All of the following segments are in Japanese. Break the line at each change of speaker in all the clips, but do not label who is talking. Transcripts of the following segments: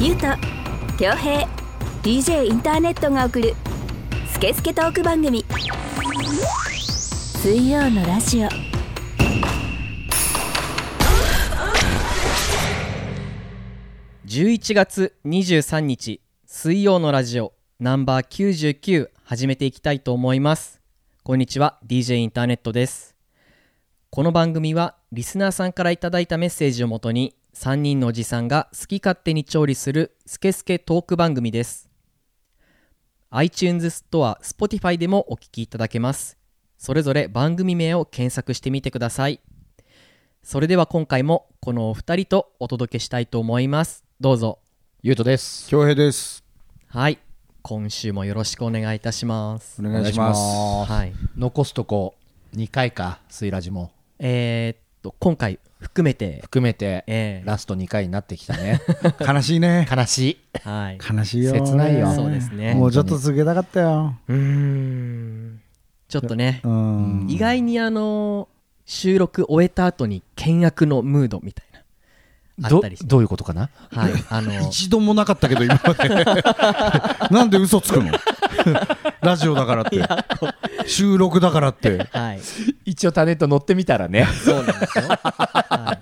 ゆうと恭平 DJ インターネットが送る「スケスケトーク番組」水曜のラジオ
11月23日水曜のラジオナンバー99始めていきたいと思いますこんにちは DJ インターネットですこの番組はリスナーさんからいただいたメッセージをもとに3人のおじさんが好き勝手に調理するスケスケトーク番組です iTunes ストア Spotify でもお聞きいただけますそれぞれ番組名を検索してみてくださいそれでは今回もこのお二人とお届けしたいと思いますどうぞ
ゆうとです。
恭平です。
はい今週もよろしくお願いいたします
お願いします。
お願いしま
はい
す残すとこ2回か、スイラジも
えー、っと今回含めて
含めて、
ええ
ラスト2回になってきたね。
悲しいね。
悲しい。
はい
悲しいよ。
切ないよ
そうですね
もうちょっと続けたかったよ。
うーんちょっとね
うん。
意外にあの収録終えた後に険悪のムードみたいなあっ
ど
たりして
どういうことかな
はいあの
一度もなかったけど、今まで。 なんで嘘つくのラジオだからって。収録だからって。
はい
一応タネット乗ってみたらね、
そうなんですよは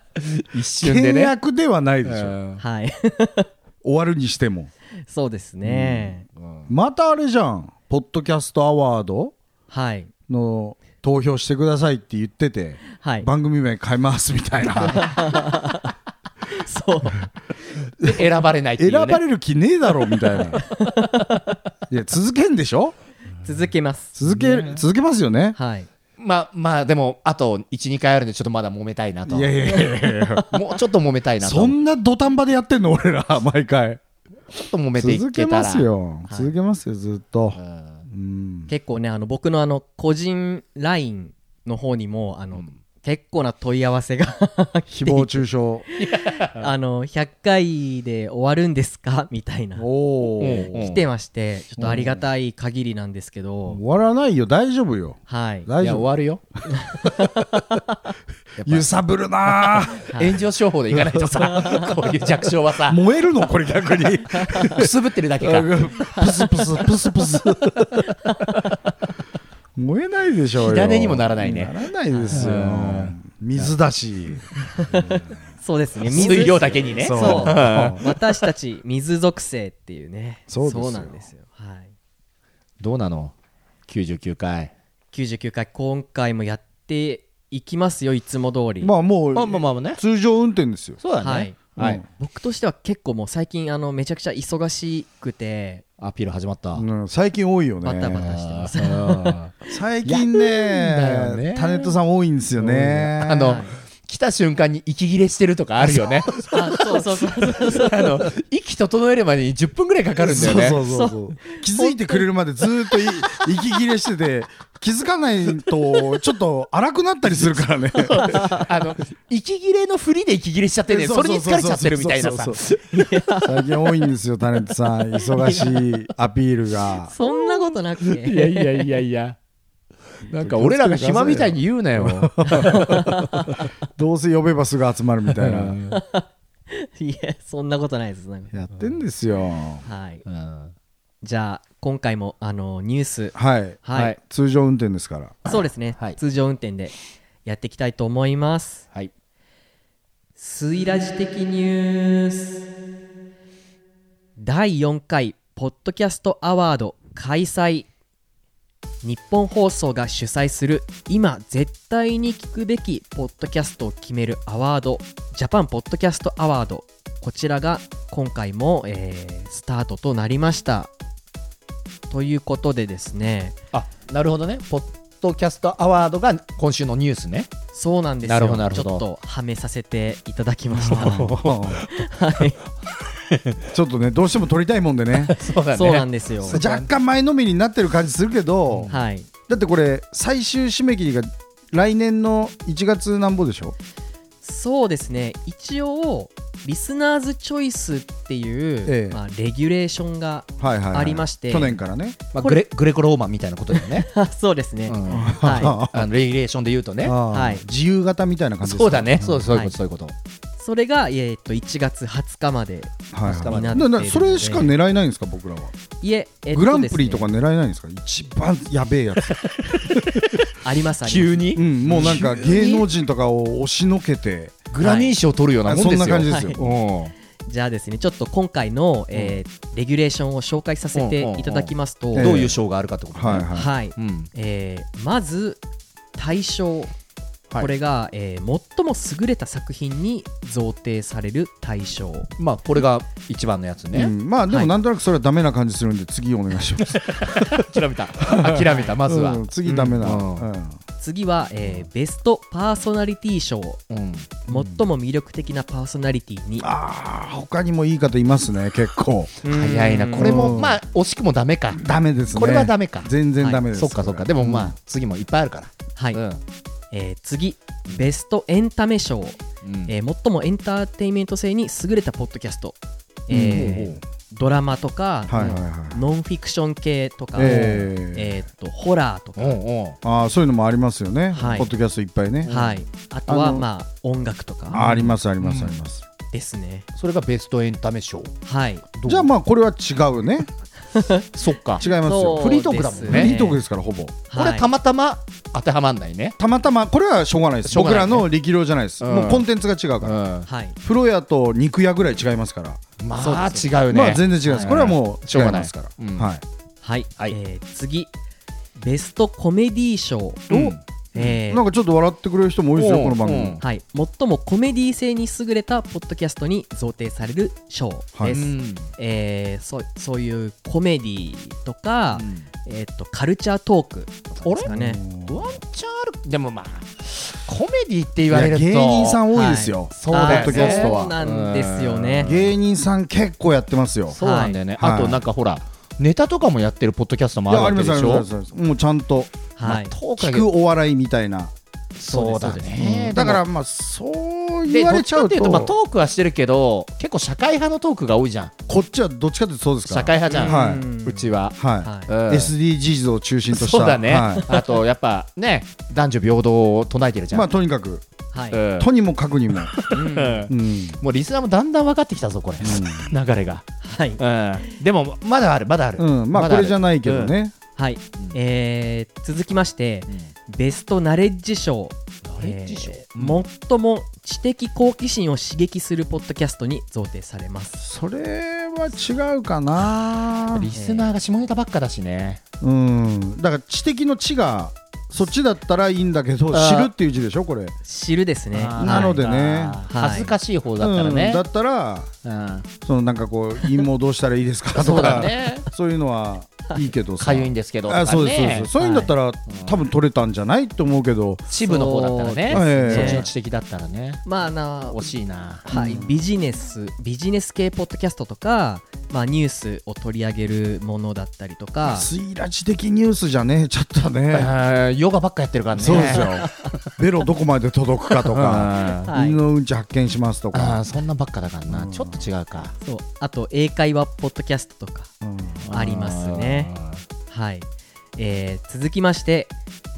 一瞬で
契
ね。
約ではないで
う
しょ。
い、
ん
はい、
終わるにしても。
そうですね
またあれじゃん。ポッドキャストアワード
はい
の投票してくださいって言ってて、
はい
番組名変えますみ たいな。
そう
で選ばれないってい
選
う、ね。
ばれる気ねえだろみたいな。いや、続けんでしょ
続けます
続け、続けますよね。
はい
まあまあ、でも、あと1、2回あるんで、ちょっとまだ揉めたいなと。
いやいやいやいや いや。
もうちょっと揉めたいなと。
そんな土壇場でやってんの俺ら毎回
ちょっと揉めていけたら。
続けますよ
い
続けますよずっと
う、ん。
うん、
結構ねあの僕のあの個人 LINE の方にもあの、結構な問い合わせが
誹謗中傷
あの100回で終わるんですかみたいな
おお、
うん
来てましてちょっとありがたい限りなんですけど、
終わらないよ大丈夫よ
はい
い
大
や、終
丈夫
わるよ。
揺さぶるなあ
炎上商法でいかないとさ、こういう弱小はさ、
燃えるのこれ 逆に
くすぶってるだけか。
プスプスプスプス燃えないでしょうよ
火種にもならないね
ならないですよ水だし
そうですね
水量だけにね。
そう
そう
私たち水属性っていうね
そうですよ
なんですよ、はい、
どうなの ?99 回。
99回今回もやっていきますよいつも通り、
まあもう
まあまあまあね。
通常運転ですよ
そうだね。
はい
はい
うん
僕としては結構もう最近あのめちゃくちゃ忙しくて
アピール始まった。
うん最近多いよね
バタバタしてます
あー
最近
やるんだよ
ね
ね
タネットさん多いんですよね
あの、来た瞬間に息切れしてるとかあるよね。
あそうそうそうそうそう
あの、息整えるまでに10分ぐらいかかるんだよね。
そうそうそうそう気づいてくれるまでず ーっとい息切れしてて気づかないとちょっと荒くなったりするか らね
あの、息切れのふりで息切れしちゃってね、それに疲れちゃってるみたいなさ
そう。そうそうそう最近多いんですよタネットさん忙しいアピールが
そんなことなくて
いやいやいやいや。なんか俺らが暇みたいに言うなよ。
どうせ呼べばすぐ集まるみたいな
いや、そんなことないです。なんか
やってんですよ
はい。
うん
じゃあ、今回も、あの、ニュース、
はい
はい、
はい
通常運転ですから
そうですね、
はい
通常運転でやっていきたいと思います。
はい。
スイラジ的ニュース。第4回、ポッドキャストアワード開催。日本放送が主催する今絶対に聞くべきポッドキャストを決めるアワードジャパンポッドキャストアワードこちらが今回も、えースタートとなりましたということでですね
あ、なるほどね。ポッドキャストアワードが今週のニュースね。
そうなんですよ
なるほどなるほど
ちょっとはめさせていただき ましたはい
ちょっとねどうしても撮りたいもんでね
そうだ
そうなんですよ
若干前のめりになってる感じするけど、
はい
だってこれ最終締め切りが来年の1月なんぼでしょ
そうですね一応リスナーズチョイスっていう、
ええ
まあ、レギュレーションが
はいはいはい
ありまして
去年からね
まあ、
こ
グ
れ
レグレコローマンみたいなことだよね、
あそうですね、
うん
は
あのレギュレーションで言うとね
ああ
はい
自由型みたいな感じですか
そうだねそうそういうこと、
はい
そういうこと
い、それが、えー、と1月20日まで
はいはい
明日まで
ななそれしか狙えないんですか僕らは、
いええっと
グランプリとか
ですね
狙えないんですか一番やべえ やつ、
ありますありま
急に、
うん、もうなんか芸能人とかを押しのけて
グラミー賞取るようなもんです
そ
よ
んな感じですよ、うん
すじゃあですねちょっと今回の、えーレギュレーションを紹介させていただきますと、
んんん
どういう賞があるかってことね、
はいはい、
はい、
うん
えーまず大賞
はい
これが、えー最も優れた作品に贈呈される大賞
まあこれが一番のやつね、
うん、まあで
は
も
い
なんとなくそれはダメな感じするんで次お願いします
諦めた諦めたまずは、
うん次ダメな、
うん
うん
次は、えーベストパーソナリティ賞
うん
最も魅力的なパーソナリティに、
ああ他にもいい方いますね結構
早いなこれもまあ惜しくもダメか
ダメですね
これはダメか
全然ダメです、
そっかそっかでもまあ次もいっぱいあるから
はい、
うん
えー次ベストエンタメ賞、
うん
えー最もエンターテインメント性に優れたポッドキャスト、えー
うん
ドラマとか、
はいはいはい、
ノンフィクション系とか、
えー
えーっとホラーとか、
おうおう
ああそういうのもありますよね、
はい
ポッドキャストいっぱいね、
はい、あとは
あの
まあ音楽と
あーあ
か
りますありま
う
す
ん
あります、
ですね、
それがベストエンタメ賞
はい
じゃあまあこれは違うね
そっか
違いますよ
そう
フリートークだもん
です
フ
ね
リートークですからほぼ
これはたまたま当てはまんないね
たまたまこれはしょうがないです
しょうが
僕
ない
ら
ね
の力量じゃないです、
うん
もうコンテンツが違う
う
か
ん
ら、
はい、
風呂屋と肉屋ぐらい違いますから、
まあ
そうです
違うね
まあ全然違います、
はい
これはもう
しょう
違
が
い
ない
ますから、
うん
はい
はい
はい
えー次ベストコメディ賞、
うん
えー
なんかちょっと笑ってくれる人も多いですよ、この番組。
うんうん
はい、最もコメディ性に優れたポッドキャストに贈呈される賞です、
はい
うん
えーそうそういうコメディとか、
うん
えーっとカルチャートーク
あ
です
れ
かね
ワンチャンあるでもまあコメディって言
い
われ
や
ると
芸人さん多いですよ、
そうだよね
ポッドキャス
そ
ト
う
は。
なんですよね
うん
芸人さん結構やってますよ。
そうなんだよね、
はい
あとなんかほらネタとかもやってるポッドキャストも
いや
あ
あり
る
ま
わ
す
け
あ
で
り
しょ
ますありますもうちゃんと
はい、
まあトークだけ
聞くお笑いみたいな。
そうだね
うんだか
で
ら
も
まあそう
で
言わ
ど
れ
っち
ちゃ
かっ
う
ていう
と
と、まあ、トークはしてるけど結構社会派のトークが多いじゃん
こっちはどっちかっていうとそうですか
社会
ら。
派じゃん、
はいう
ちは、
は
はい
うん
い。SDGs を中心とした。
そうだね、
は
あとやっぱね男女平等を唱えてる じ
い
ゃん、
まあとにかく
はい
うん
とにもかくにも。
うん
うん
うん
もうリスナーもだんだん分かってきたぞこれ、流れが、
はい、
うん、でもまだあるまだある、
うんうんまあ
だ
こ
る
れじゃないけどね。
はいえー続きまして
うん
ベストナレッジ賞
ナレッジ賞
えー最も知的好奇心を刺激するポッドキャストに贈呈されます
それは違うかな。
リスナーが下ネタばっかだしね、
うん。だから知的の知がそっちだったらいいんだけど知るっていう字でしょこれ。
知るですね
あー
なのでね
なんか
はい
恥ずかしい方だったらね
うん、だったら
うん
そのなんかこう陰謀どうしたらいいですかとか
そうだね
そういうのはいいけどさ
かゆいんですけどとかね
あそうですそうですそういうんだったら、
い
多分取れたんじゃないと思うけど
支部の方だったらね
そうです
そ
ね
っちの知的だったらね
まあな
惜しいな
はい、ビジネスビジネス系ポッドキャストとか、まあ、ニュースを取り上げるものだったりとか
スイラジ的ニュースじゃねえちょっとね
あーヨガばっかやってるからね
そうですよベロどこまで届くか
う
と
ん
か
あ
はい
犬のうんち発見しますと
ー
か、
そんなばっかだからな
うん
ちょっと違うか
そうあと英会話ポッドキャストとか
うん
ありますねはい、えー続きまして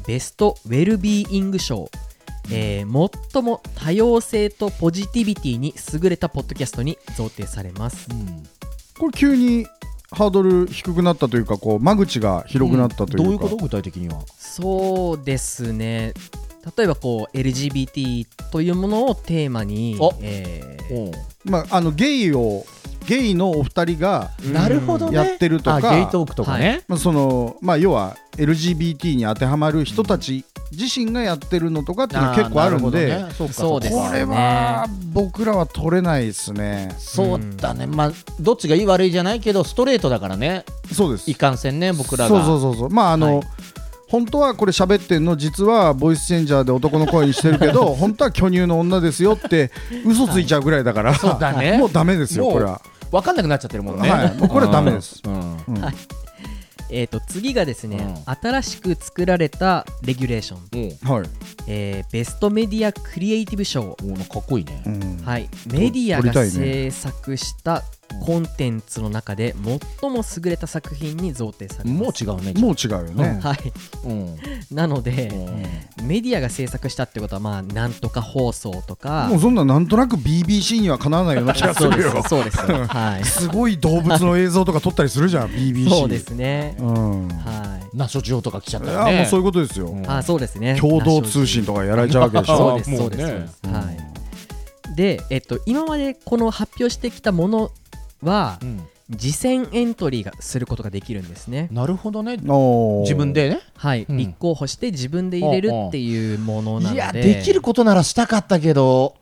ベストウェルビーイング賞、えー最も多様性とポジティビティに優れたポッドキャストに贈呈されます
うん
これ急にハードル低くなったというかこう間口が広くなったというか、
どういうこと具体的には
そうですね例えばこう LGBT というものをテーマに
お、
えー
おう
まあ、あのゲイをゲイのお二人が、
なるほどね
やってるとか
あゲイトークとかね
まあそのまあ、要は LGBT に当てはまる人たち自身がやってるのとかっていうのは結構あるん
ー
で、
なほどねそうか
そうです
こ
ね
れは僕らは取れないですね。
そうだね、まあ、どっちがいい悪いじゃないけど、ストレートだからね、
そうです
いかんせんね、僕らが。
そうそうそうそうまああの、
はい
本当はこれ喋ってんの実はボイスチェンジャーで男の声にしてるけ ど本当は巨乳の女ですよって嘘ついちゃうぐらいだから、
そうだね
もうダメですよ
もう
これは、
分かんなくなっちゃってるもんね。
はいもうこれはダメです
うん。
うん
はいえー、と次がですね、
う
新しく作られたレギュレーション、
おう
はい、
えーベストメディアクリエイティブ賞、
おうなんかかっこいいね
うん
はい、メディアが
撮りたいね
制作したコンテンツの中で最も優れた作品に贈呈され
も
ま
う
す。
違うね
もう違うよね、
はい、
うん
なので、
う
メディアが制作したってことは、まあ、なんとか放送とか
もう、そんななんとなく BBC にはかなわないような気がす
そう
る
で
よ
す、そうです、はい、
すごい動物の映像とか撮ったりするじゃん BBC
そうですね、
うん、
はい、
んナショジオとか来ちゃっ
い
た
や
らね
もうそういうことですよ、
うん
あ、そうですね、
共同通信とかやられちゃうわけでし
あ
ょ
そうです
も
そう
う
で
ね
すそうです、
うん
はい、で、えっと、今までこの発表してきたものは
う、ん
次戦エントリーがすることができるんですね、
なるほどね
おー
自分でね
はい、
うん
立候補して自分で入れるっていうものなの
い
で、
やできることならしたかったけど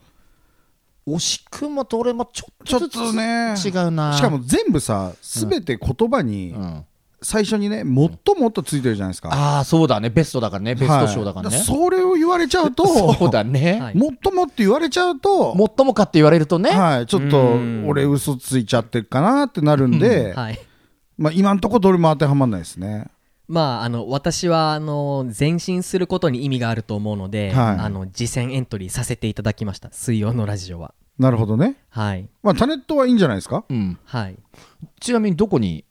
惜しくもどれもちょっ
ちょ
とず
っ
つ
とね
違うな
しかも全部さすべて言葉に
うん
最初にねもっともっとついてるじゃないですか、
ああそうだねベストだからねベスト賞だからね
はいそれを言われちゃうと
そうだね
はい
もっともって言われちゃうと
もっともかって言われるとね
はい、ちょっと
うん
俺嘘ついちゃってるかなってなるんで、
はい、
まあ、今んとこどれも当てはまらないですね
まあ、あの私はあの前進することに意味があると思うので、
はい
あの次戦エントリーさせていただきました、水曜のラジオは。
なるほどね
はい、
まあタネットはいいんじゃないですか
うん
はい、
ちなみにどこに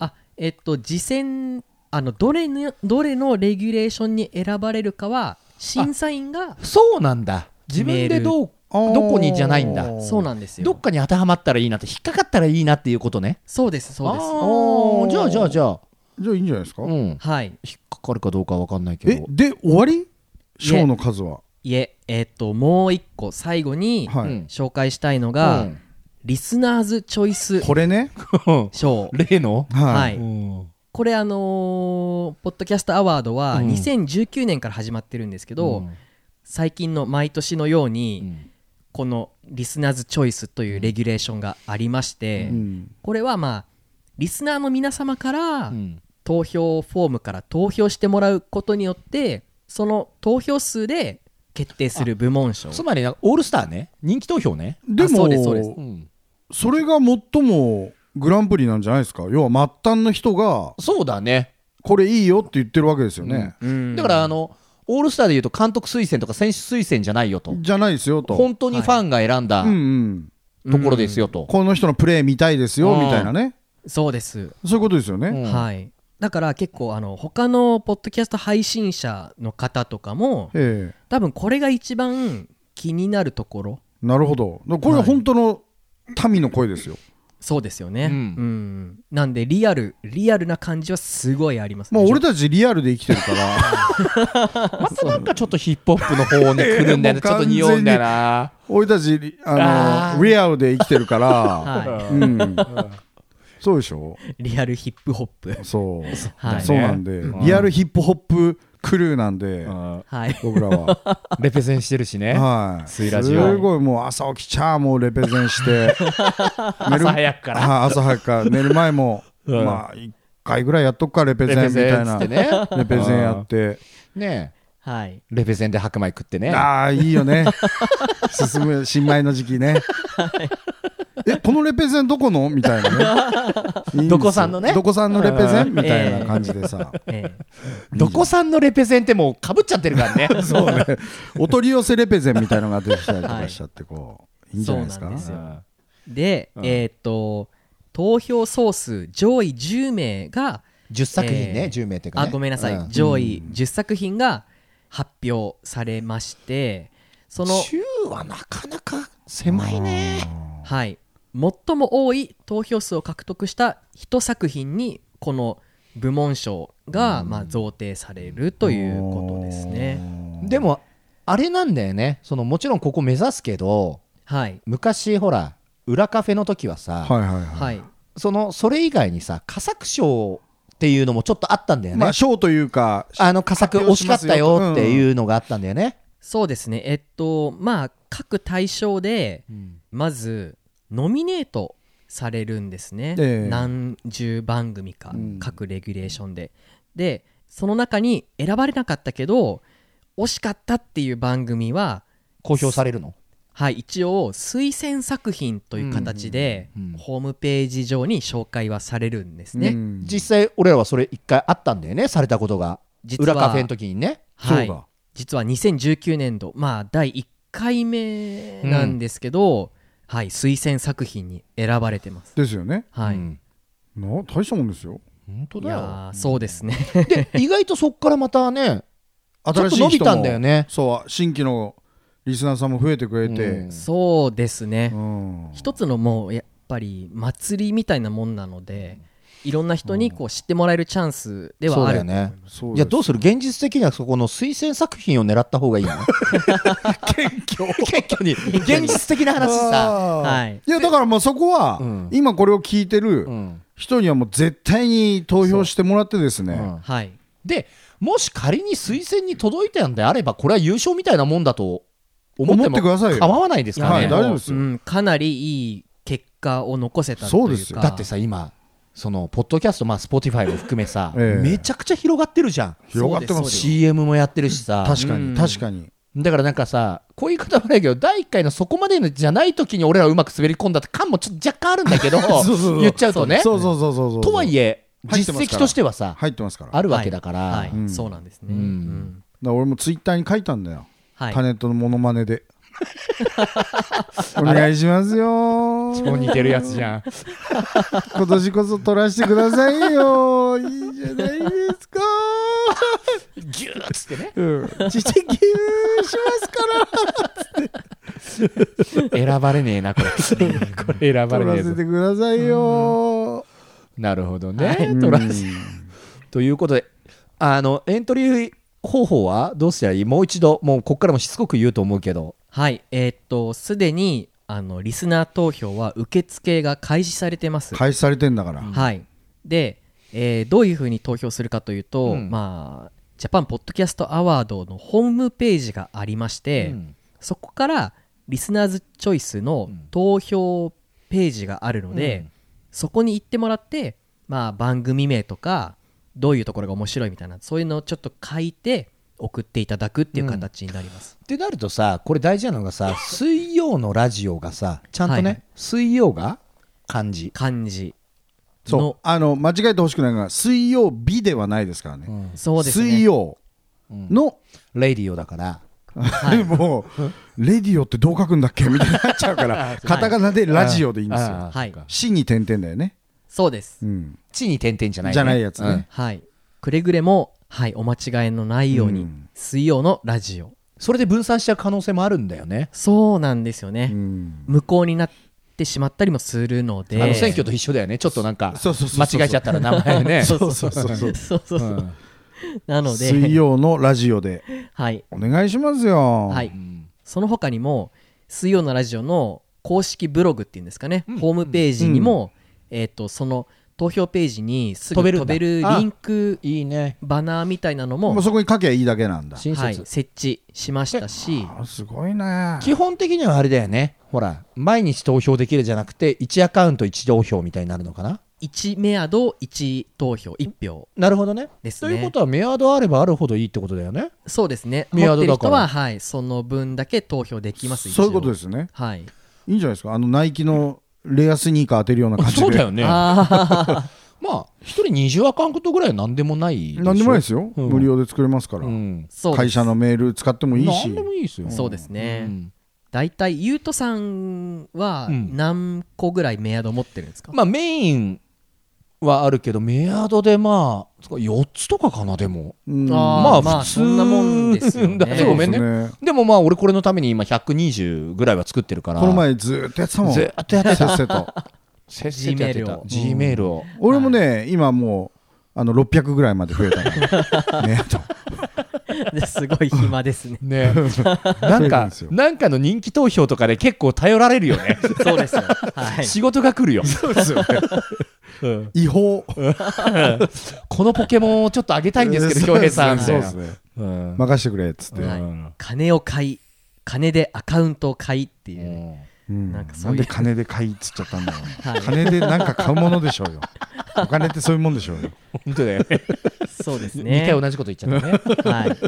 あえっと次戦あのどれのどれのレギュレーションに選ばれるかは審査員が
そうなんだ自分でどうどこにじゃないんだ
そう
の
なんですよ
どっかに当てはまったらいいなって引っかかったらいいなっていうことね
そうですそうで
あ
す
ーじゃあじゃあじゃあ
じゃあいいんじゃないですか、
うん
はい
引っかかるかどうかは分かんないけ
え
ど
で終わり賞の数はい
ええっともう一個最後に
はい、
うん
紹介したいのが、
うん
リスナーズチョイス
これね
賞
例の
は
はい、
い、
うん
これあのーポッドキャストアワードは
うん
2019年から始まってるんですけど、
うん
最近の毎年のように、
うん
このリスナーズチョイスというレギュレーションがありまして、
うん
これはまあリスナーの皆様から
うん
投票フォームから投票してもらうことによってその投票数で決定する部門賞
つまりなんかオールスターね人気投票ね
で
あそ
も
うです
そ
そうです
うん
れが最もグランプリなんじゃないですか要は末端の人が
そうだね
これいいよって言ってるわけですよね、
だ
だからあのオールスターでいうと監督推薦とか選手推薦じゃないよと
じゃないですよと
本当にファンが選んだ
うんうん
ところですよと
この人のプレー見たいですよ
うん
みたいなね
そうです、
そういうことですよね、
うん
はいだから結構あの他のポッドキャスト配信者の方とかも
ええ
多分これが一番気になるところ
なるほどだからこれは本当の民の声ですよ、
そうですよね
う
うんん、なんでリアルリアルな感じはすごいありますね
まあ、俺たちリアルで生きてるから、
またなんかちょっとヒップホップの方に来るんだよね
えー
ちょっと匂うんだよな
俺たちリあ
あ
の
ー
リアルで生きて るから、
は
うん、そうでしょ
い、リアルヒップホップ
そう、
はい
そうなんで、
うん
リアルヒップホップクルーなんで、
はい
僕ら は、
レペゼンしてるしね
はい、
スイラジ
オ
すごいもう朝起きちゃあもうレペゼンして、寝 る
朝早くから
はい朝早くから寝る前も、
うん
まあ一回ぐらいやっとくかレペゼ
レ
ン
ペ
み
ゼ
た
ン
い
っつ
な、
ってね
レペゼンやって、
ね
はい
レペゼンで白米食ってね
ああいいよね 進む新米の時期ね、えこのレペゼンどこのみたいなねいいですよ
どこさんのね
どこさんのレペゼンみたいな感じでさ、
ええ
どこさんのレペゼンってもうかぶっちゃってるか らね
そうね お取り寄せレペゼンみたいのが出てきたりとかしちゃってこう、い、いんじゃないですか
そうなんですよ
ん
で、
うん
えーっと投票総数上位10名が、
10作品
え
ね
ー
10名っていうか
あ
ね
ごめんなさい、
うん
上位10作品が発表されましてその、
10はなかなか狭いね
はい、最も多い投票数を獲得した1作品にこの部門賞が、まあ、贈呈されるということですね。
でもあれなんだよねそのもちろんここ目指すけど
はい、
昔ほら裏カフェの時はさ、
はいはいはい、
はい
そのそれ以外にさ佳作賞っていうのもちょっとあったんだよね、
まあ賞というか
あ、の佳作惜しかったよっていうのがあったんだよね、
そうですねえっとまあ各対象でまずノミネートされるんですね、
ええ
何十番組か、
うん
各レギュレーションででその中に選ばれなかったけど惜しかったっていう番組は
公表されるの
はい、一応推薦作品という形で
うんうんうん
ホームページ上に紹介はされるんですね。
うん
実際俺らはそれ一回あったんだよねされたことが
実は
裏カフェの時にね
は
そう
い
だ、
実は2019年度、まあ、第1回目なんですけど、はい、推薦作品に選ばれてます。
ですよね
はい
うん
な大したもんですよ
本当
い
だ
や
よ
ーそうですね
で意外とそっからまたねちょ
新
っ
し
と
い人も
伸びたんだよね
そう新規のリスナーさんも増えてくれ て
そうですね、
うん
一つのもうやっぱり祭りみたいなもんなのでいろんな人にこう知ってもらえるチャンスで
そ
は
う
あ
だ
る
よね
そう
いやどうする現実的にはそこの推薦作品を狙った方がいいな 謙虚 謙虚に現実的な話さ、
あー
はい
いやだからまあそこは
うん
今これを聞いてる
うん
人にはもう絶対に投票してもらってです
う
ね
ん
はい
でもし仮に推薦に届いたんであればこれは優勝みたいなもんだと思って
思ってください
も
よ
構わないですから
はい
ね、
いや
大丈夫です
う
よ
ん、かなりいい結果を残せたというか
そうですよ
だってさ今そのポッドキャストまあ Spotify も含めさ、
ええ
めちゃくちゃ広がってるじゃん
広がって
そ
ま
うですす
し
CM もやってるしさ
確か
う
に
ん
確かに
だからなんかさこういう方もないけど第1回のそこまでのじゃない時に俺らうまく滑り込んだって感もちょっと若干あるんだけど
う そうそう
言っちゃうとね
そうそうそうそうそう
とはいえ
入って
実
ますか
績
ら
としてはさ
入ってますからだか
あるわけだから、
はい、
うん
そうなんですね、
う
うんん
ら俺もツイッターに書いたんだよ
はい
タネットのモノマ ネでお願いしますよー
超似てるやつじゃん
今年こそ取らせてくださいよいいじゃないですか
ギューッつってね
うんちちぎゅーしますから
選ばれねえなこ れこれ選ばれ
取
ね
ら
え
せ
ぞ
てくださいよ
なるほどね、取らせということであのエントリー方法はどうしたらいいもう一度もうここからもしつこく言うと思うけど
はいえーっとすでにあのリスナー投票は受付が開始されてます
開始されてんだから
はい、で、えーどういうふうに投票するかというと、
うん
まあ、ジャパンポッドキャストアワードのホームページがありまして、
うん
そこからリスナーズチョイスの
うん
投票ページがあるので、
うん
そこに行ってもらって、まあ、番組名とかどういうところが面白いみたいなそういうのをちょっと書いて送っていただくっていう形になります。
ってなるとさこれ大事なのが さ水曜のラジオがさちゃんとね、
はい
水曜が漢字、
漢字
そう
の
あの間違えてほしくないのが水曜日ではないですからね
そうですね
水曜の、
レディオだから
はい
もうレディオってどう書くんだっけみたいになっちゃうから カタカナでラジオでいいんです
あ
よ
あ
はい
そっか
死に点々だよね、
そうです
うん、
地に点々じゃない、
じゃないやつね
はい、くれぐれも、はい、お間違いのないように、
うん
水曜のラジオ
それで分散しちゃう可能性もあるんだよね、
そうなんですよね、
うん
無効になってしまったりもするので
あの選挙と一緒だよねちょっとなんか
そうそうそう
間
そう
違えちゃったら名前ね
そうそうそうそう
そうそうそう、
うん
なので
水曜のラジオで
はい、
お願いしますよ
は
う
い、
ん
その他にも水曜のラジオの公式ブログっていうんですかね、ホームページにも、えっ、とその投票ページにすぐ
飛べるん
飛
だ
べるリンク
いいね
バナーみたいなの
も
も
うそこに書けばいいだけなんだ
親切、
はい、設置しましたし
あすごいね
基本的にはあれだよねほら毎日投票できるじゃなくて1アカウント1投票みたいになるのかな
1メアド1投票1票
なるほどね
です
と
ね
いうことはメアドあればあるほどいいってことだよね
そうですね。
メ
持
ア
っ
ド
てる
だから
人は、はい、その分だけ投票できます。。
そういうことですすね
はい。
いいんじゃないですかあのナイキのレアスニーカー当てるような感じで
そうだよね
あ
まあ一人20アカウントぐらいは何でもないしょ
何でもないですよ、
うん
無料で作れますから、
うん
ー
会社のメール使ってもいいし
何でもいいですよ
そうですね
う。ん
大体、ゆうとさんは
うん
何個ぐらいメアド持ってるんですか
まあメインはあるけどメアドでまあ4つとかかなでも
うん
あー
まあ
まあ
普通
そんなもんですよね
だって
そう
ご
で
め
す
ん
ね
ねでもまあ俺これのために今120ぐらいは作ってるから
この前ずーっとやってたもん
ずーっとやって
せ
た
っせと
せっせとやってた G
Gmail を
メールを。
俺もね、今もうあの600ぐらいまで増えたからねと
すごい暇ですね
ねなん
そうな
か
んですよ
なんかの人気投票とかで結構頼られるよね
そうですよ。はい。
仕事が来るよ
そうですよね
うん
違法
このポケモンをちょっとあげたいんですけど
そ
恭
うで
平
す
さんみ
ね
たいな
そうですね
うん
任してくれっつって、
はい
うん
金を買い、金でアカウントを買いっていうね。
ね
うん
な
なんん
かそういう
で金で買いっつっちゃったんだろうな、
はい
金でなんか買うものでしょうよお金ってそういうもんでしょうよ
本当だよね
そうです
2回
ね。
同じこと言っちゃったね
はい。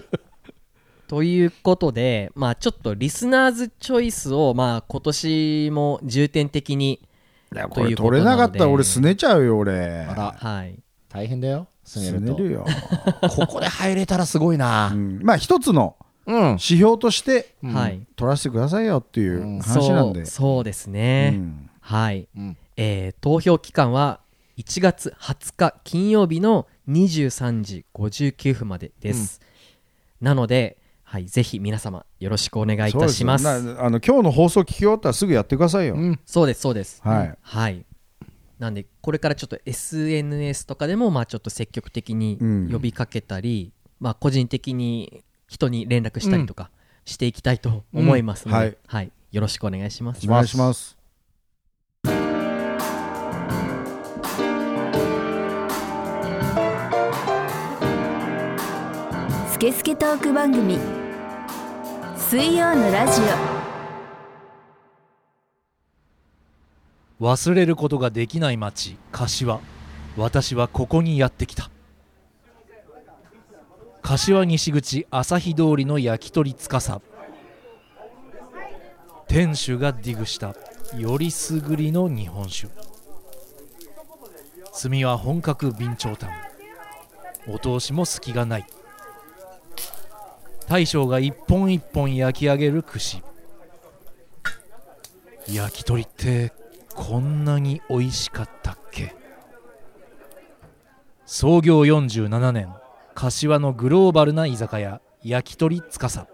ということで、まあ、ちょっとリスナーズチョイスを、まあ、今年も重点的に、
これ取れなかったら俺す
ね
ねちゃうよ俺
あら
はい、
大変だよすね
す
る
ね
と
るよ、
ここで入れたらすごいな
うんまあ一つの
うん
指標として
うん
はい、
取らせてくださいよっていう話なん
そ
で、
うそうですね、
うん
はい、
うん
えー投票期間は1月20日金曜日の23時59分までです、なので、はい、ぜひ皆様よろしくお願いいたします
そうですよなあの今日の放送聞き終わったらすぐやってくださいよ、
うん
そうですそうです
はい
はいなんでこれからちょっと SNS とかでもまあちょっと積極的に
うん
呼びかけたり、まあ個人的に人に連絡したりとかしていきたいと思いますので、
うんはい
はい、よろしくお願いします
お願いします
スケスケトーク番組水曜のラジオ
忘れることができない街柏私はここにやってきた柏西口朝日通りの焼き鳥司店主がディグしたよりすぐりの日本酒炭は本格備長炭お通しも隙がない大将が一本一本焼き上げる串焼き鳥ってこんなに美味しかったっけ創業47年柏のグローバルな居酒屋焼き鳥つかさ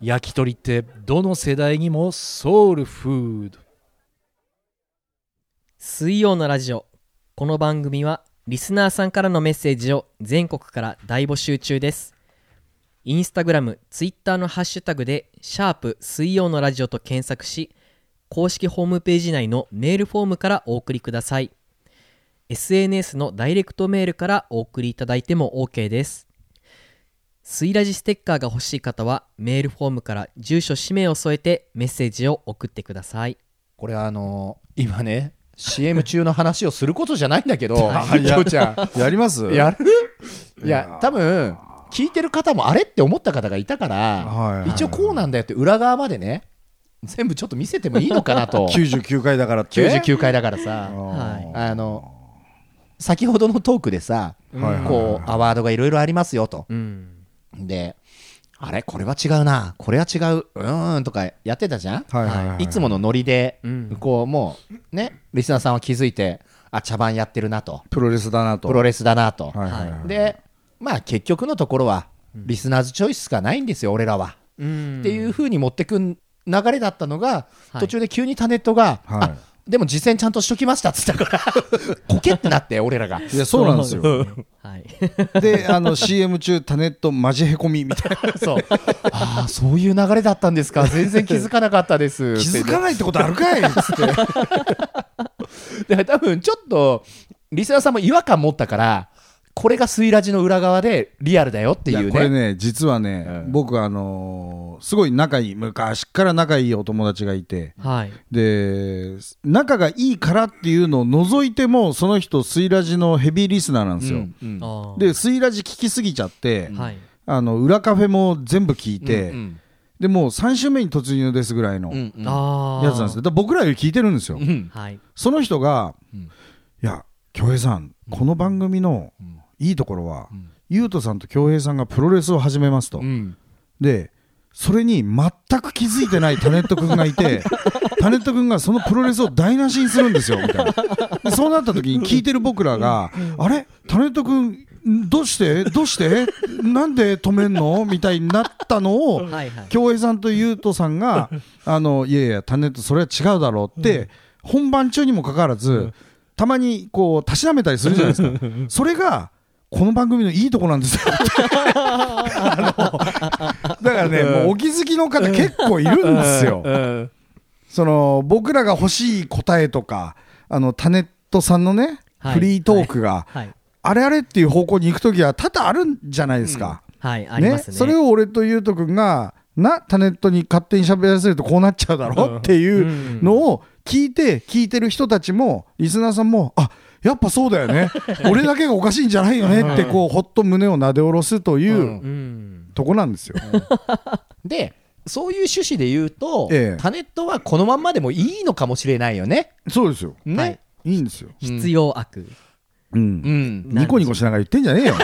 焼き鳥ってどの世代にもソウルフー ド
水曜のラジオこの番組はリスナーさんからのメッセージを全国から大募集中ですインスタグラムツイッターのハッシュタグで「シャープ水曜のラジオ」と検索し公式ホームページ内のメールフォームからお送りください SNS のダイレクトメールからお送りいただいても OK です水ラジステッカーが欲しい方はメールフォームから住所氏名を添えてメッセージを送ってください
これあのー今ね CM 中の話をすることじゃないんだけど
い
きょうちゃ
やります
んやるいや多分聞いてる方もあれって思った方がいたから
はいはい
一応こうなんだよって裏側までね全部ちょっと見せてもいいのかな と
99回だからって
99回だからさ
はい
あの先ほどのトークでさ、
はいはい
こうアワードがいろいろありますよと、
うん
であれこれは違うなこれは違ううーんとかやってたじゃん、
はいはいはい
つものノリで、
うん
こうもうねリスナーさんは気づいてあ茶番やってるなと
プロレスだなと
プロレスだなと、
はいはいはい
でまあ結局のところはリスナーズチョイスしかないんですよ俺らは、
うん
っていうふうに持ってくん流れだったのが、
はい
途中で急にタネットが、
はい
あでも実践ちゃんとしときましたっつったから コケってなって俺らが
いやそうなんですよ
はい。
であの CM 中タネットマジへこみみた いな
そうああそういう流れだったんですか全然気づかなかったです
気づかないってことあるかいっつって
だから多分ちょっとリスナーさんも違和感持ったからこれがスイラジの裏側でリアルだよって
い
い
や
う
こ
ね
れね実はね、
うん
僕あのーすごい仲いい昔から仲いいお友達がいて
はい。
で仲がいいからっていうのを除いてもその人スイラジのヘビーリスナーなんですよ、
うんうん
あー
でスイラジ聞きすぎちゃって、
はい。
あの裏カフェも全部聞いて、
うん
でもう3週目に突入ですぐらいの
う
や
んうん
ああ。
つなんですよだから僕らより聞いてるんですよ、
うん
はい。
その人が、
うん
いや恭平さんこの番組の
ん
いいところは、
ん
ゆうとさんと恭平さんがプロレスを始めますと、
うん
でそれに全く気づいてないタネット君がいてタネット君がそのプロレスを台無しにするんですよみたいなでそうなった時に聞いてる僕らが「あれタネット君どうしてどうしてなんで止めんの?」みたいになったのを
はいはい。
京平さんと優斗さんが「あのいやいやタネットそれは違うだろ」うって本番中にもかかわらずたまにこうたしなめたりするじゃないですかそれがこの番組のいいとこなんですよあのだからねもうお気づきの方結構いるんですよ
うん
その僕らが欲しい答えとかあのタネットさんのね
はい
フリートークが
はい。
あれあれっていう方向に行く時は多々あるんじゃないですか
はい。ありますね。
それを俺とゆうとくんがなタネットに勝手に喋らせるとこうなっちゃうだろっていうのを聞いて聞いてる人たちもリスナーさんもあやっぱそうだよね俺だけがおかしいんじゃないよねってこうほっと胸をなで下ろすといううん
うん。
とこなんですよ。
でそういう趣旨で言うと、
ええ
タネットはこのまんまでもいいのかもしれないよね。
そうですよ。
ね、
はい
いいんですよ。
必要悪、
うん
うん、
ニコニコしながら言ってんじゃねえよ。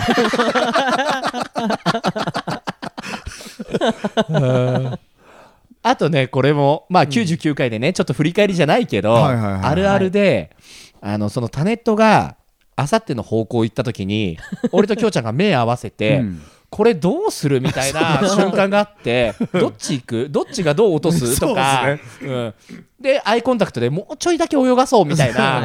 あとねこれも、まあ、99回でね、ちょっと振り返りじゃないけど、
はいはいはいはい
あるあるで、あのそのタネットがあさっての方向行った時 に俺ときょうちゃんが目合わせて、
うん
これどうするみたいな瞬間があってどっち行くどっちがどう落とすとか
そうで
うん、でアイコンタクトでもうちょいだけ泳がそうみたいな、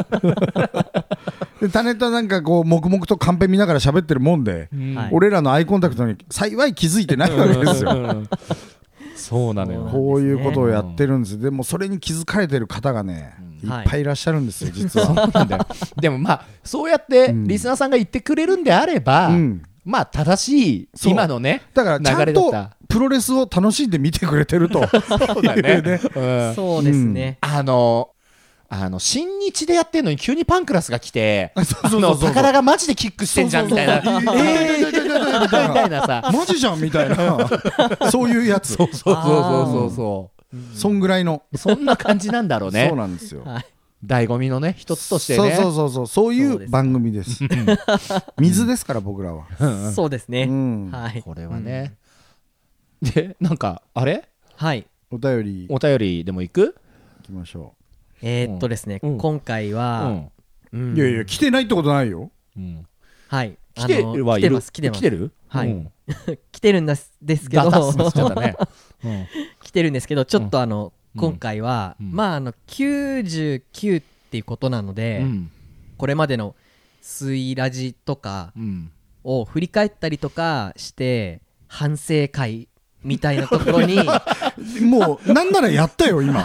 でタネットはなんかこう黙々とカンペ見ながら喋ってるもんで、
うん
はい
俺らのアイコンタクトに幸い気づいてないわけですよ。
うんそうなのよ
こういうことをやってるんですでもそれに気づかれてる方がね、いっぱいいらっしゃるんですよ 実は。
なんだよでもまあそうやって
うん
リスナーさんが言ってくれるんであれば、
うん
まあ正しい
そう
今のね
だからちゃ
流れ
ん
だっ
と
た
プロレスを楽しんで見てくれてる と
そうだねうん
そうですね、
あのあの新日でやってんのに急にパンクラスが来て
あそう
あ
そうそう
の
そう
高田がマジでキックしてんじゃんみたい
そ
な
うそうそう
えー
いやいやいやいやいやみ
み
たいな
たいなさ
マジじゃんみたいなそういうやつ
そうそうそうそうそ
そんぐらいの、
うそんな感じなんだろうね
そうなんですよ。
はい
醍醐味のね一つとしてね
そうそうそうそうそう
そ
いう
で
う
す
番組です水ですから僕らは、
そうですね、
うん
はい
これはね、でなんかあれ
はい
お便りい
お便りでも行く、
きましょ
えーっとですね、
うん
今回
う
は、
ん
うん
う、いやいや来てないってことないよ
うん、
はい
来て
あの
はい
来て
る
ます来てます
る
はい
うん
来てるんですですけ
ガ
ど
タッとしちゃった ね、うん
来てるんですけどちょっとあの、
うん
今回は、
うん
まああの99っていうことなので、
うん
これまでの「スイラジ」とか
うん
を振り返ったりとかして反省会みたいなところに
もうなんならやったよ今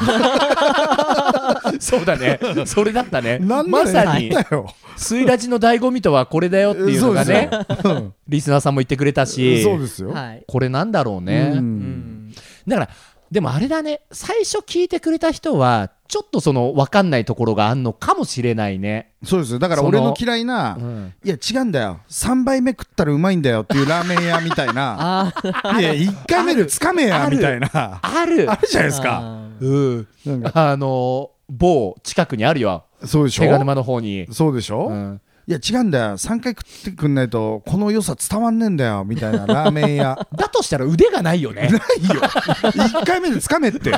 そうだ ねそれだったね
なんな
ま
ら
さに
やったよ、
スイラジの醍醐味とはこれだよっていうのがね
そうですよ
リスナーさんも言ってくれた
うん
し
そうですよ、
はい、
これなんだろうね、
う
うんん、
だからでもあれだね最初聞いてくれた人はちょっとその分かんないところがあんのかもしれないね、
そうですよだから俺の嫌いな、
うん
いや違うんだよ3杯目食ったらうまいんだよっていうラーメン屋みたい な
あー
いや1回目でつかめや
ある
みたいなあ
ある
るじゃないですか
あー
うん
なんか
あの某近くにあるよ
そうでし
手賀
ょ
沼の方に、
そうでしょ、
うん
いや違うんだよ3回食ってくんないとこの良さ伝わんねえんだよみたいなラーメン屋
だとしたら腕がないよ
な
ね
いよ1回目でつかめっ て
は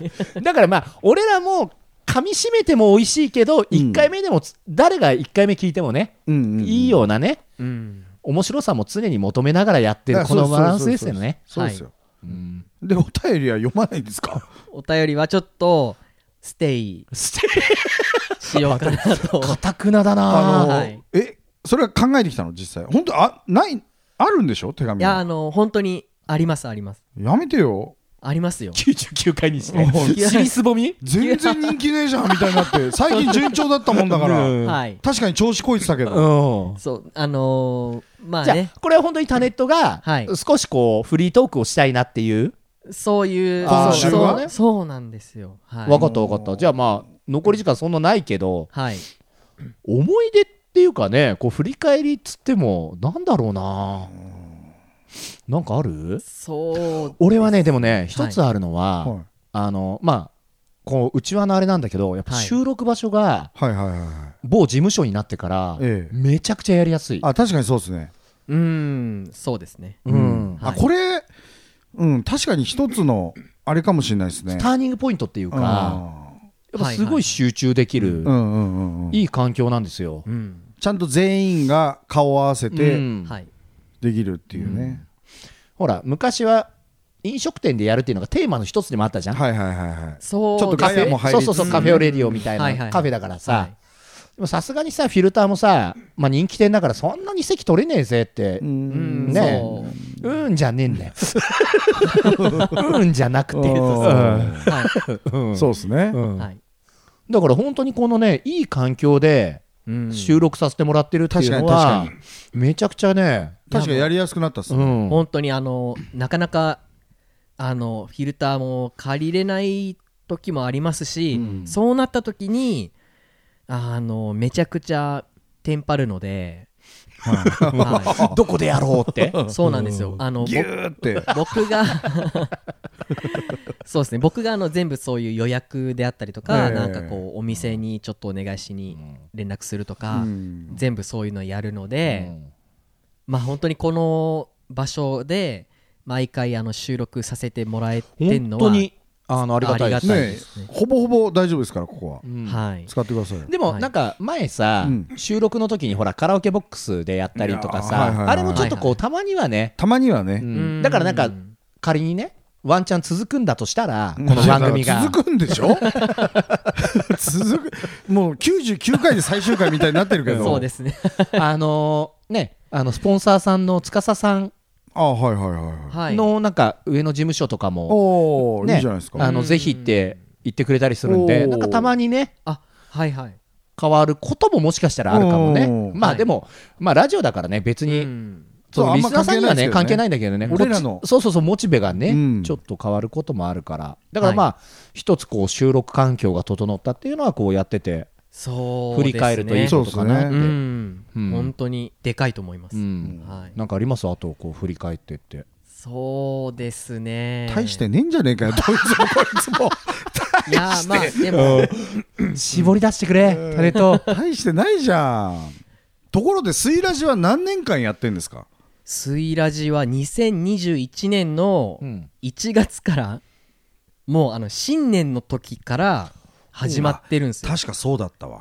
い、
だからまあ俺らも噛み締めても美味しいけど1回目でもつ、誰が1回目聞いてもね、
うんうんうん
いいようなね
うん、
面白さも常に求めながらやって
だか
る
らそ
こ
う
のバランスですよね。
そうですよ、
うん
でお便りは読まないんですか
お便りはちょっとステイしようかなと
かたくなだ
あ
な
の、
はい
えそれは考えてきたの実際本当あないあるんでしょ手
い
紙
や
は
あの本当にありますあります
やめてよ
ありますよ
99回にし て
おい
尻すぼみ
全然人気ねえじゃんみたいになって最近順調だったもんだか
うん
ら
はい
確かに調子こいてたけど
うん
そうあのーまあ
じゃ
ね
あこれは本当にタネットが
はい
少しこうフリートークをしたいなっていう
そういう
今
そ
週
う
は
そうそうなんですよはい
分かった分かったじゃあまあ残り時間そんなないけど
はい
思い出っていうかねこう振り返りっつってもなんだろうななんかある
そう
俺はねでもね一つあるのは、
はい
あのまあこううちわのあれなんだけどやっぱ
はい
収録場所が
はいはいはいはい
某事務所になってから、
ええ
めちゃくちゃやりやすい。
あ確かにそうですね
うーんそうですね
うん
はい
あこれうん確かに一つのあれかもしれないですね
ターニングポイントっていうか、やっぱす
はいは
ご
い
い集中でき
う
る、
んうんうんうん
いい環境なんですよ。
うん
ちゃんと全員が顔を合わせ
う
て
ん
はい
できるっていうね、
ほら昔は飲食店でやるっていうのがテーマの一つでもあったじゃん。
はいはいはいはい
そう
ちょっと
です
ガヤも入り
そう
つつ
そうそうカフェオレディオみたい
はいはいは
ないカフェだから
は
さ
い
でもさすがにさフィルターもさ、まあ、人気店だからそんなに席取れねえぜって
うん
ね
そう
うんじゃねえんだよ。うんじゃなくて。うん
あ
はい
ーそうですね、
うん
はい
だから本当にこのねいい環境で
うん
収録させてもらってるっていうの
確
は
かに
めちゃくちゃね、
確かにやりやすくなったっす
う
ね、
ん、
本当にあのなかなかあのフィルターも借りれない時もありますし、そうなった時にあのめちゃくちゃテンパるのでは
どこでやろうって。
い、そうなんですよ。あの
ギューって
僕が そうですね僕があの全部そういう予約であったりとか、
ええ
なんかこうお店にちょっとお願いしに連絡するとか、
うん
全部そういうのやるので、まあ本当にこの場所で毎回あの収録させてもらえてん
本
の
当
は
にあのありがたいです
ありがたい
ね。
で
ね
すね
ほぼほぼ大丈夫ですからここは
うん
はい
使ってくださいよ
でも
はい
なんか前さ、
うん
収録の時にほらカラオケボックスでやったりとか
いやーはいはい
さ
はい
あれもちょっとこ
は
う
いはい
たまにはね、
たまにはね
うんだからなんか仮にねワンチャン続くんだとしたらこの番組
い
が
や続くんでしょ 続くもう99回で最終回みたいになってるけど
そうですね
あのーねあのスポンサーさんの司さん
あはいはいはいはい
はい
のなんか上の事務所とかも、
おおい
ね
いじゃないですか
あのぜひって言ってくれたりするんで
おー
なんかたまにね
あはいはい
変わることももしかしたらあるかもね
おー
まあ
はい
でも、まあラジオだからね別に、
うん
そ
そ
う
の
あん
リ
ま
スナーさんにはね関
関
係
係
な
ない
んだけどね
俺らの
こっちそうそうそうモチベがね、
うん
ちょっと変わることもあるからだからまあ、一つこう収録環境が整ったっていうのはこうやってて
そうで
振
すね
り返るといい
そう
ことかなって
そうで
ん、
うん
本当にでかいと思います、
うん
はい、
なんかありますあとこう振り返って って
そうですね
大してねえんじゃねえかよどいつもこいつも
いやまあでも
絞り出してくれタレと
大してないじゃんところでスイラジは何年間やってんですか
スイラジは2021年の
うん
1月からもうあの新年の時から始まってるんですよ
確かそうだったわ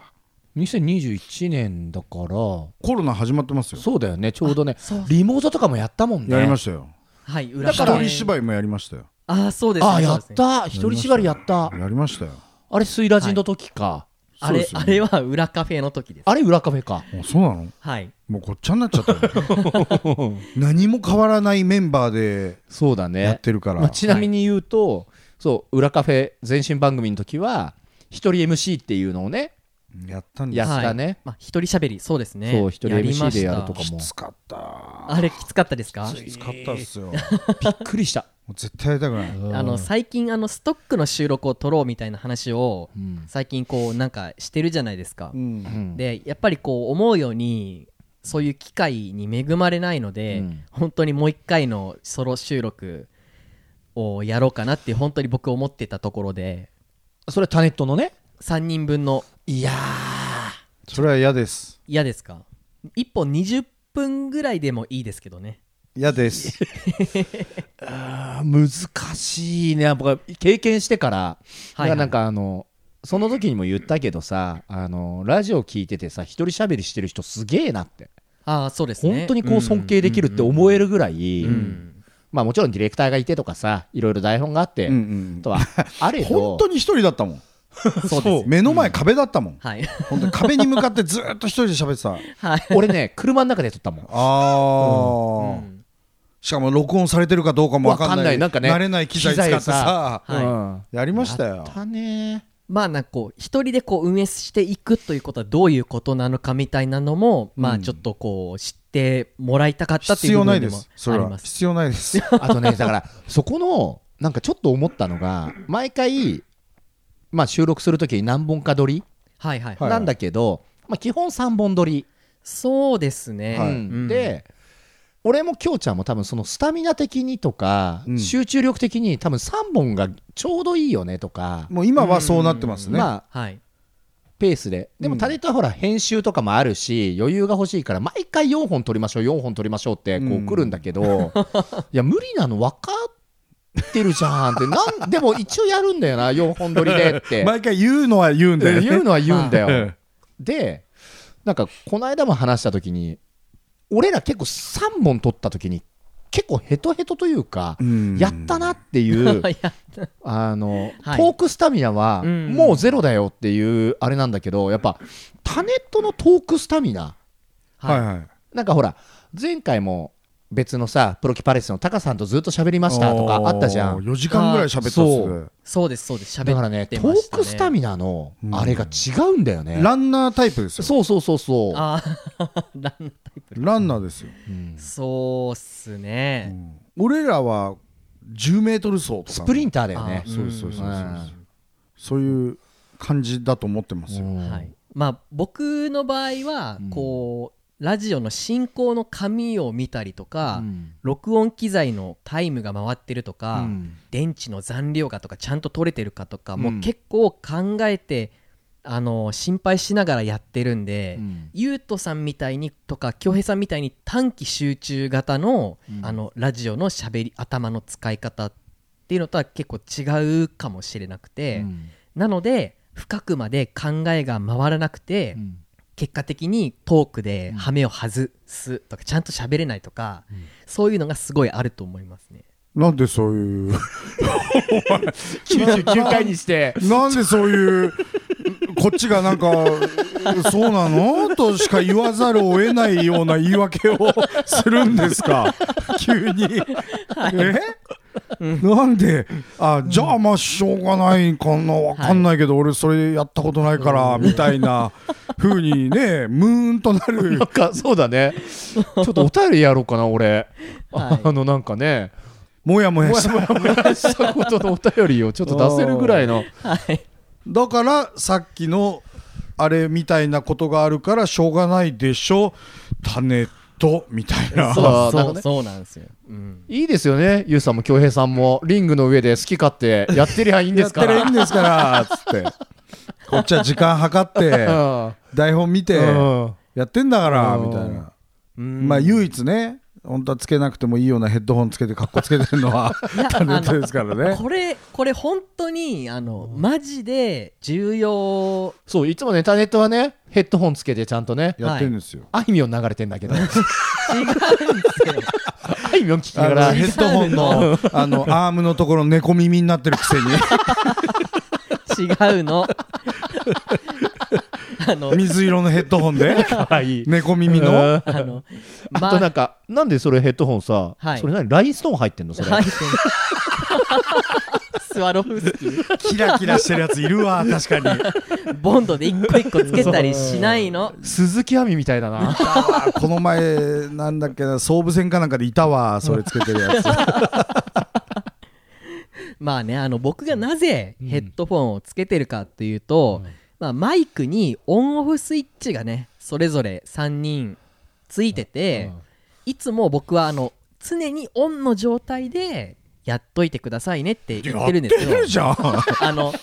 2021年だからそ
コロナ始まってますよ
うだよねちょうどね
そう
リモートとかもやったもんね
やりましたよ
はい裏
だ
一
から
人芝居もやりましたよ
ああそうです
あや
そう
っ
ですね
た一人縛りやった
やりましたよ
あれスイラジンの時か、
あ
そうで
れ
すよ
あ
ね
れは裏カフェの時です
あれ裏カフェか
あそうなの
はい
もうごっちゃになっちゃったよ何も変わらないメンバーで
そうだね
やってるから
まあ、ちなみに言うと、そう裏カフェ前身番組の時は一人 MC っていうのをね
やったん
や
で
っ
す
たね
はいまあ一人しゃべりそうですね
そう一人
やりま
MC で
した
やるとかも
きつかった
あれきつかったですか
きつかったっすよも
びっくりした、
う絶対やりたくない
あの最近あのストックの収録を撮ろうみたいな話を
うん
最近こうなんかしてるじゃないですか
うん
うん
でやっぱりこう思うようにそういう機会に恵まれないので、
うん
本当にもう一回のソロ収録をやろうかなって本当に僕思ってたところで
それタネットのね
3人分の
いや
それは嫌です
嫌ですか1本20分ぐらいでもいいですけどね
嫌です
難しいね僕は経験してから、
はいはい
だからなんかあのその時にも言ったけどさあのラジオ聞いててさ一人喋りしてる人すげえなって
ああそうですね
本当にこう尊敬できるって思えるぐらい、
うんうん
まあもちろんディレクターがいてとかさいろいろ台本があって、
うんうん
とはあれど
本当に一人だったもん
そうです
目の前壁だったもん
はい
本当に壁に向かってずーっと一人で喋ってた
はい、
俺ね車の中で撮ったもん
ああ
うん
しかも録音されてるかどうかも分かんない
わかんないなんかね
慣れない機材使って
機材さ
さ
はい
うん
やりましたよ
だね
まあなんかこう一人でこう運営していくということはどういうことなのかみたいなのも、まあちょっとこう知ってもらいたかったって
必
いう部
要な
分
い
で
で
も
すそれ
あり
は
ます。
必要ないです
あとねだからそこのなんかちょっと思ったのが毎回、まあ、収録する時に何本か撮り
はいはい。
はい
なんだけど、まあ、基本3本撮り、
そうですね。
はい
うん、
で俺もきょうちゃんも多分そのスタミナ的にとか、
うん
集中力的に多分3本がちょうどいいよねとか、
もう今はそうなってますね
まあ
はい。
ペースででもタレントはほら編集とかもあるし余裕が欲しいから毎回4本撮りましょう4本撮りましょうってこ
う
うん来るんだけど、 いや無理なの分かってるじゃんってなん でも一応やるんだよな4本撮りでって
毎回言うのは言うんだよね
言うのは言うんだ
う
よ
ん
でなんかこの間も話した時に俺ら結構3本撮った時に結構ヘトヘトというか、
うん
やったなっていう
いや
あの、
はい
トークスタミナは
うん
もうゼロだよっていうあれなんだけど、やっぱタネットのトークスタミナ
は
はいい
はい
なんかほら前回も別のさプロキパレスのタカさんとずっと喋りましたとかあったじゃん
4時間ぐらい喋ったっす
そ
ね
そうですそうです。喋って
だ
ました
から
ね
ね。トークスタミナのあれが違うんだよね、
ランナータイプですよ
そうそうそうそう
あーランナータイプ。
ランナーですよ、
うん
そうっすね。
俺らは10メートル走とか
スプリンターだよ
あ
ね
ー
そうそうそうそう
う
そういう感じだと思ってますよ、
ん
はい、まあ僕の場合は
ん
こう、ラジオの進行の紙を見たりとか、
うん
録音機材のタイムが回ってるとか、
うん
電池の残量がとかちゃんと取れてるかとか、
う
も
ん
う結構考えてあの心配しながらやってるんで、
うん
ゆうとさんみたいにとか恭平さんみたいに短期集中型の,、
うん
あのラジオのしゃべり頭の使い方っていうのとは結構違うかもしれなくて、
うん
なので深くまで考えが回らなくて、
うん
結果的にトークで羽目を外すとかちゃんと喋れないとか、そういうのがすごいあると思いますね。
なんでそういう
99回にして
なんでそういうこっちがなんかそうなのとしか言わざるを得ないような言い訳をするんですか急に、えなんであじゃあまあしょうがないかなわかんないけど、俺それやったことないからみたいな風にねムーンとなる
なんかそうだねちょっとお便りやろうかな俺、
はい
あのなんかね
もやも
もや
やした
も やしたことのお便りをちょっと出せるぐらいの
はい、
だからさっきのあれみたいなことがあるからしょうがないでしょタネットみたいな。
そう
なん
そ
か
う,、
ね
そうなんですよ。うん
いいですよねゆうさんも恭平さんもリングの上で好き勝手やってりゃいいんで
や
す
って
か
りゃい
ら
いんですからつってこっちは時間計って台本見て
うん
やってんだから
うん
みたいな
うん
まあ唯一ね本当はつけなくてもいいようなヘッドホンつけてかっこつけてるの はタネットですからね
これこれ本当にあのマジで重要
そういつもねタネットはねヘッドホンつけてちゃんとね
やってるんですよ
あいみょん流れてんだけどあ
違うんですよ。
いみょん聞き
あ
なが
の
ら
ヘッドホンのあのアームのところ猫耳になってるくせに
違うの。あの
水色のヘッドホンで
かわいい
猫耳の
うん
あのま
あとなんかなんでそれヘッドホンさ
はい
それ何ラインストーン入ってんのそれ
はい スワロフスキー
キラキラしてるやついるわ確かに
ボンドで一個一個つけたりしないの。
鈴木亜美みたいだな
この前なんだっけな総武線かなんかでいたわそれつけてる やつ
まあねあの僕がなぜヘッドフォンをつけてるかというと、まあ、マイクにオンオフスイッチがねそれぞれ3人ついてて、いつも僕はあの常にオンの状態でやっといてくださいねって言ってるんですけど
やってるじゃん
あの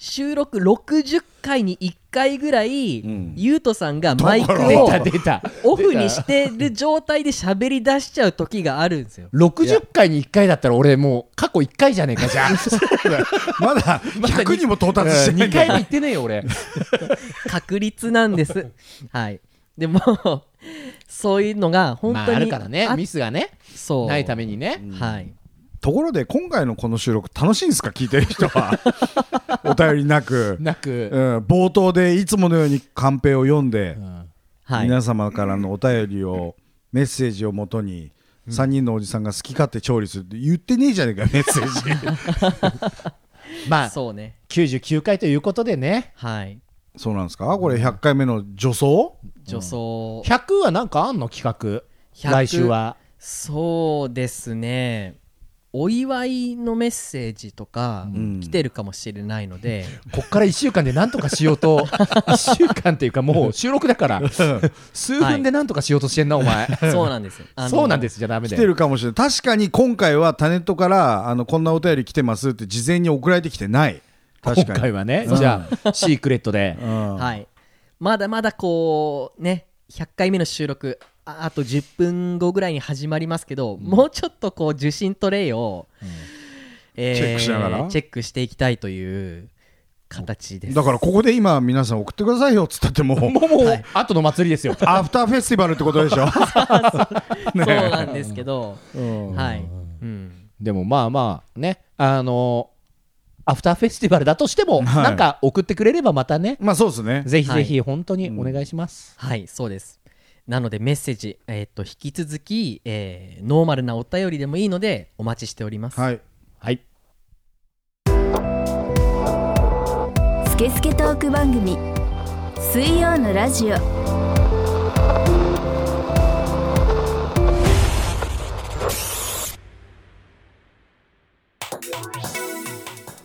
収録60回に1回ぐらい、
ん
ゆうとさんがマイク
だから
を
出た出た
オフにしてる状態で喋り出しちゃう時があるんですよ。
60回に1回だったら俺もう過去1回じゃねえかじゃあ
まだ100にも到達してない
2
んだ
回
よ
も行ってねえよ俺
確率なん です。はい。でも、そういうのが本当
まあ
に、
あるからね
あ
ミスがね
そう
ないためにね
はい。
ところで今回のこの収録楽しいんですか聞いてる人はお便りなく、
なく
うん、冒頭でいつものようにカンペを読んで、
はい。
皆様からのお便りをメッセージをもとに3人のおじさんが好き勝手調理するって言ってねえじゃねえかメッセージ
まあ
そうね。
99回ということでね
はい。
そうなんですかこれ100回目の助走
女装、
100はなんかあんの企画
100
来週は
そうですね。お祝いのメッセージとか
ん
来てるかもしれないので、
こっから1週間でなんとかしよ うと1週間っていうかもう収録だから数分でなんとかしようとしてんなお前
そうなんですよ。あの
そうなんですじゃダメ
来
だ
て
よ
るかもしれない確かに今回はタネットからあのこんなお便り来てますって事前に送られてきてない確
今
かに
回はね
うん
じゃあシークレットで
うん
はい、まだまだこうね100回目の収録ああと10分後ぐらいに始まりますけど、もうちょっとこう受信トレイを、え
チェックしながら
チェックしていきたいという形です
だからここで今皆さん送ってくださいよっつったってもう
もうもう後の祭りですよ
アフターフェスティバルってことでしょ
そうなんですけど、はい、うん、
でもまあまあねあのアフターフェスティバルだとしても、
はい
なんか送ってくれればまたね
まあそうですね
ぜひぜ
は
ひ本当にお願いします、
はいそうですなのでメッセージ、えっと引き続き、えーノーマルなお便りでもいいのでお待ちしております、
はい
はい
スケスケトーク番組水曜のラジオ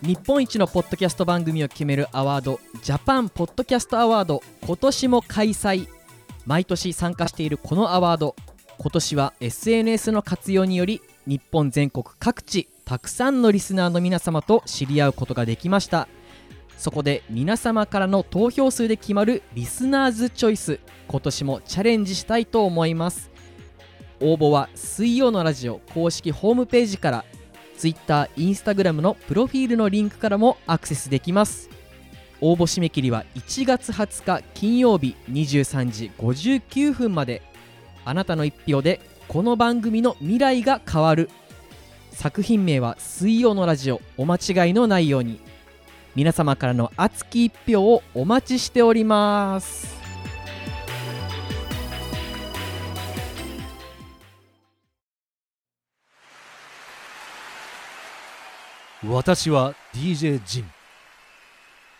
日本一のポッドキャスト番組を決めるアワードジャパンポッドキャストアワード今年も開催毎年参加しているこのアワード今年は SNS の活用により日本全国各地たくさんのリスナーの皆様と知り合うことができましたそこで皆様からの投票数で決まるリスナーズチョイス今年もチャレンジしたいと思います応募は水曜のラジオ公式ホームページから Twitter、Instagram のプロフィールのリンクからもアクセスできます応募締め切りは1月20日金曜日23時59分まであなたの一票でこの番組の未来が変わる作品名は「水曜のラジオ」お間違いのないように皆様からの熱き一票をお待ちしております
私は DJ ジン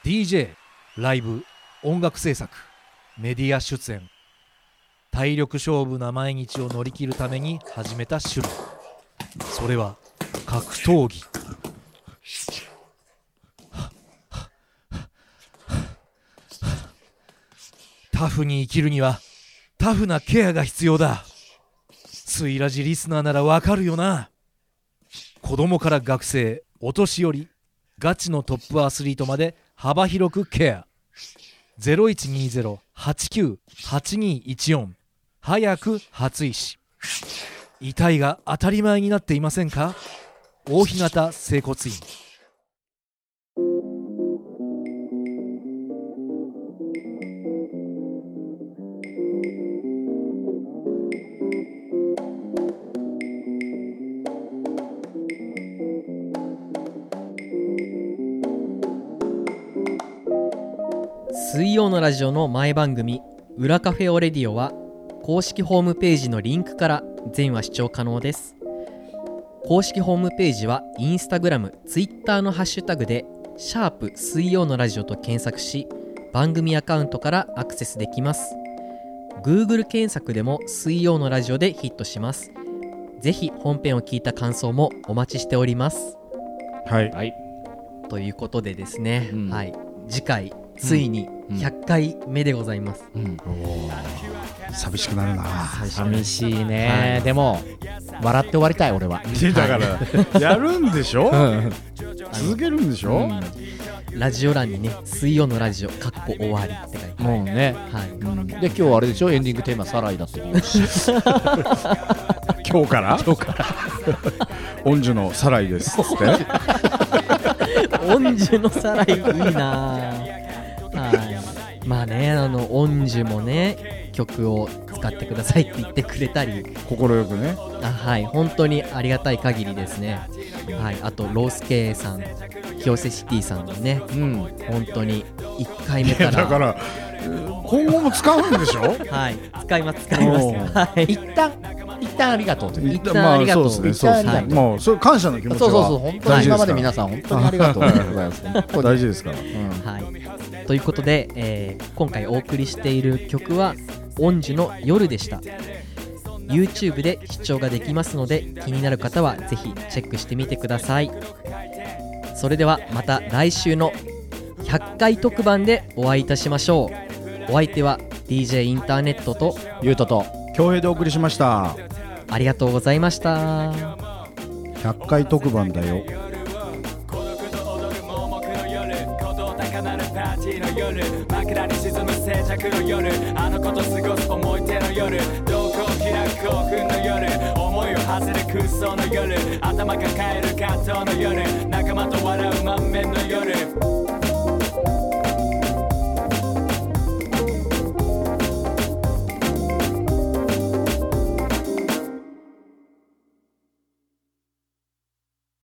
DJ ライブ音楽制作メディア出演体力勝負な毎日を乗り切るために始めた種類それは格闘技タフに生きるにはタフなケアが必要だスイラジリスナーならわかるよな子供から学生お年寄りガチのトップアスリートまで幅広くケア0120-89-8214早く初石遺体が当たり前になっていませんか大日向整骨院
水曜のラジオの前番組「裏カフェオレディオ」は公式ホームページのリンクから全話視聴可能です公式ホームページはインスタグラムツイッターのハッシュタグで「シャープ水曜のラジオ」と検索し番組アカウントからアクセスできます Google 検索でも「水曜のラジオ」でヒットしますぜひ本編を聞いた感想もお待ちしております
はい
はい
ということでですね、
うん
はい次回ついに
うん
100回目でございます、
寂しくなるな
寂しいね、でも笑って終わりたい 俺は
だからやるんでしょ
うん
続けるんでしょ
ラジオ欄にね「水曜のラジオ」かっこ終わりって書いて
もうね
はい、
で今日あれでしょエンディングテーマ「サライ」だっていうし
今日から今日から 恩樹のサライですっつって
音樹のさらいいいなはいまあねあの音樹もね曲を使ってくださいって言ってくれたり
快くね
あはい本当にありがたい限りですねはいあとロースケさん清瀬シティさんもね
うん
本当に1回目
い
か
や
ら
だから今後も使うんでしょ
はい使います使います
おう
はい
一旦一旦ありがとうという
一旦ありがとう
まあそうですねそうで
一旦あ
す
り
ね
がとう
もうそれ感謝の気持ち
そうそうそう
は
本当に今まで皆さん本当にありがとうござい ます
大事ですから
はい、ということで、えー今回お送りしている曲は「音樹の夜」でした YouTube で視聴ができますので気になる方はぜひチェックしてみてくださいそれではまた来週の100回特番でお会いいたしましょうお相手は DJ インターネットと
ゆうとと
恭平でお送りしました
ありがとうございました。
100回特番だよ
孤独と踊る盲目の夜高高なるパーティーの夜枕に沈む静寂の夜あの子と過ごす思い出の夜瞳孔開く興奮の夜思いを馳せる空想の夜頭抱える葛藤の夜仲間と笑う満面の夜